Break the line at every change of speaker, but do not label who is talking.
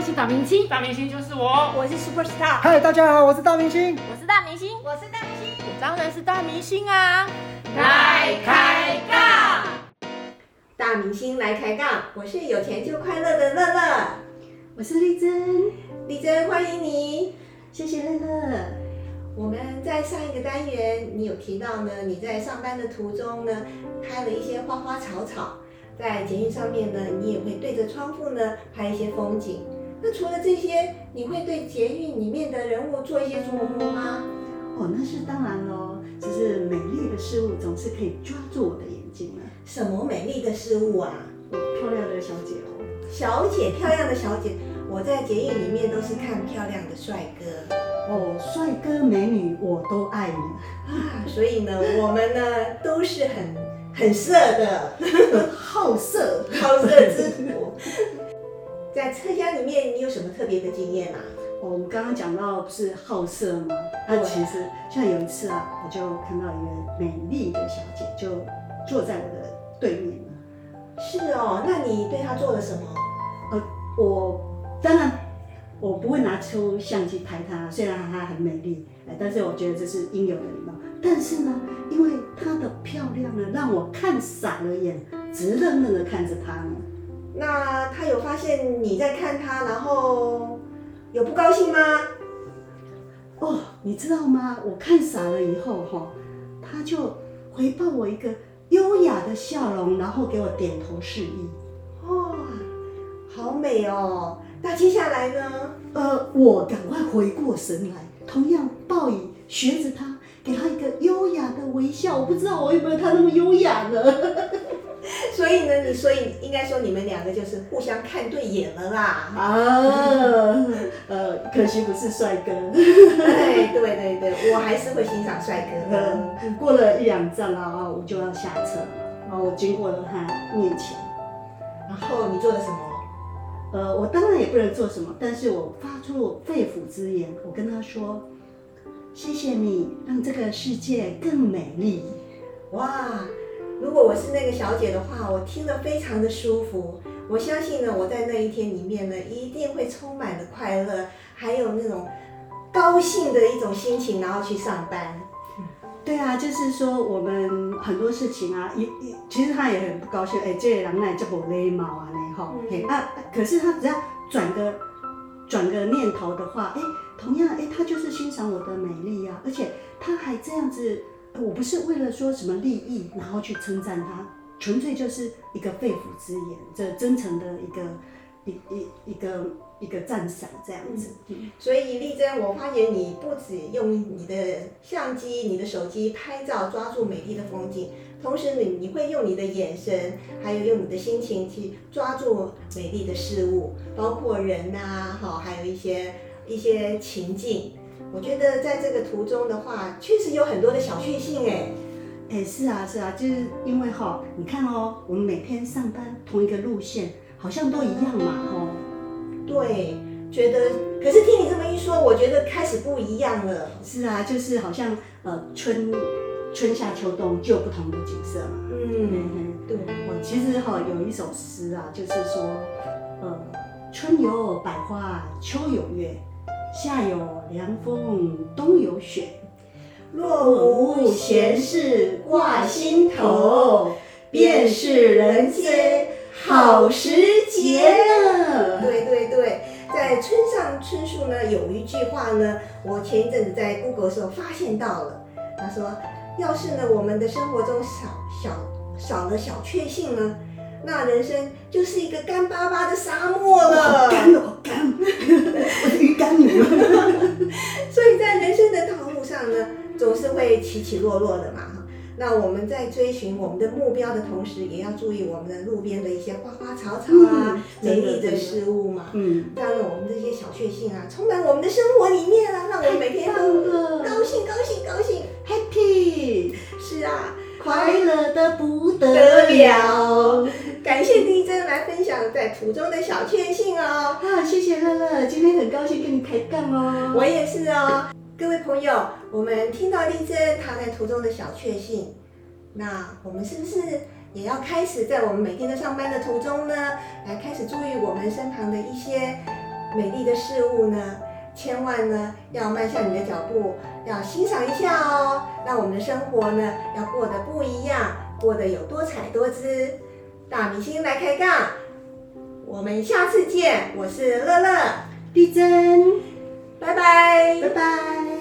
是大明星，
大明星就是我，
我是 super star，
嗨，大家好，我是大明星。
我是大明星，我是大明星，我当然是大明星啊！
来开杠。
大明星来开杠，我是有钱就快乐的乐乐，
我是丽珍，
丽珍欢迎你。
谢谢乐乐。
我们在上一个单元，你有提到呢，你在上班的途中呢，拍了一些花花草草，在捷运上面呢，你也会对着窗户呢拍一些风景。那除了这些，你会对捷运里面的人物做一些琢磨吗？
哦，那是当然喽，就是美丽的事物总是可以抓住我的眼睛了。
什么美丽的事物啊！
我漂亮的小姐哦，
小姐，漂亮的小姐，我在捷运里面都是看漂亮的帅哥
哦，帅哥美女我都爱你。
啊，所以呢，我们呢都是很很色 的，好色，好色之徒。 在车厢里面，你有什么特别的经验吗？
哦，我们刚刚讲到不是好色吗？那、
对
其实像有一次啊，我就看到一个美丽的小姐就坐在我的对面了。
是哦，那你对他做了什么？
我当然我不会拿出相机拍她，虽然她很美丽，哎，但是我觉得这是应有的礼貌。但是呢，因为她的漂亮呢，让我看傻了眼，直愣愣的看着她呢。
那他有发现你在看他，然后有不高兴吗？
哦，你知道吗？我看傻了以后哈、她就回报我一个优雅的笑容，然后给我点头示意。
哦，好美哦。那接下来呢？
呃，我赶快回过神来，同样报以学着他，给他一个优雅的微笑。我不知道我有没有他那么优雅呢？
所以呢，你所以应该说你们两个就是互相看对眼了啦。
啊，呃，可惜不是帅哥。
对对对对，我还是会欣赏帅哥的。
呃，过了一两站了啊，我就要下车了，然后我经过了他面前，
然后你做了什么？
呃，我当然也不能做什么，但是我发出肺腑之言，我跟他说：“谢谢你，让这个世界更美丽。”
哇，如果我是那个小姐的话，我听得非常的舒服。我相信呢，我在那一天里面呢，一定会充满了快乐，还有那种高兴的一种心情，然后去上班。
对啊，就是说我们很多事情啊，一一其实他也很不高兴，哎、这个人来这不礼貌啊，呢吼，
嗯
嘿、啊，可是他只要转个转个念头的话，哎、同样哎、他就是欣赏我的美丽啊，而且他还这样子，呃我不是为了说什么利益，然后去称赞他，纯粹就是一个肺腑之言，这真诚的一个一一一个一个赞赏这样子。
所以丽珍，我发觉你不止用你的相机、你的手机拍照，抓住美丽的风景，同时你你会用你的眼神，还有用你的心情去抓住美丽的事物，包括人呐、哈，还有一些一些情境。我觉得在这个途中的话，确实有很多的小确幸哎。
哎、是啊，是啊，就是因为哈、你看哦，我们每天上班同一个路线，好像都一样嘛，哦，
对，觉得可是听你这么一说，我觉得开始不一样了。
是啊，就是好像呃，春春夏秋冬就有不同的景色嘛。
嗯，
嗯
对，
哼，我其实哈、有一首诗啊，就是说，呃，春有百花，秋有月，夏有凉风，冬有雪。哦
若 无闲事。
事
挂心头，便是人间好时节啊
了。
对对对，在村上春树呢有一句话呢，我前一阵子在 Google 的时候发现到了，他说，要是呢我们的生活中少少少了小确幸呢，那人生就是一个干巴巴的沙漠
好
了。
干哦，好干！我是鱼干女。
所以在人生的道路上呢，总是会起起落落的嘛。哈那我们在追寻我们的目标的同时，也要注意我们的路边的一些花花草草啊
嗯、
美
真的
丽
真
的
的
事物嘛。
嗯，
当然，我们这些小确幸啊，充满我们的生活里面啊，让我们每天都
棒
高兴、高兴、高兴。
，Happy，
是啊，
快乐的不
得
得
了
了。
感谢丽珍来分享在途中的小确幸哦，
啊，谢谢乐乐，今天很高兴跟你开杠哦。
我也是哦。各位朋友，我们听到丽珍她在途中的小确幸，那我们是不是也要开始在我们每天的上班的途中呢，来开始注意我们身旁的一些美丽的事物呢，千万呢要慢下你的脚步，要欣赏一下哦，让我们的生活呢要过得不一样，过得有多彩多姿。大明星来开杠，我们下次见，我是乐乐，
丽珍，
拜拜
拜拜。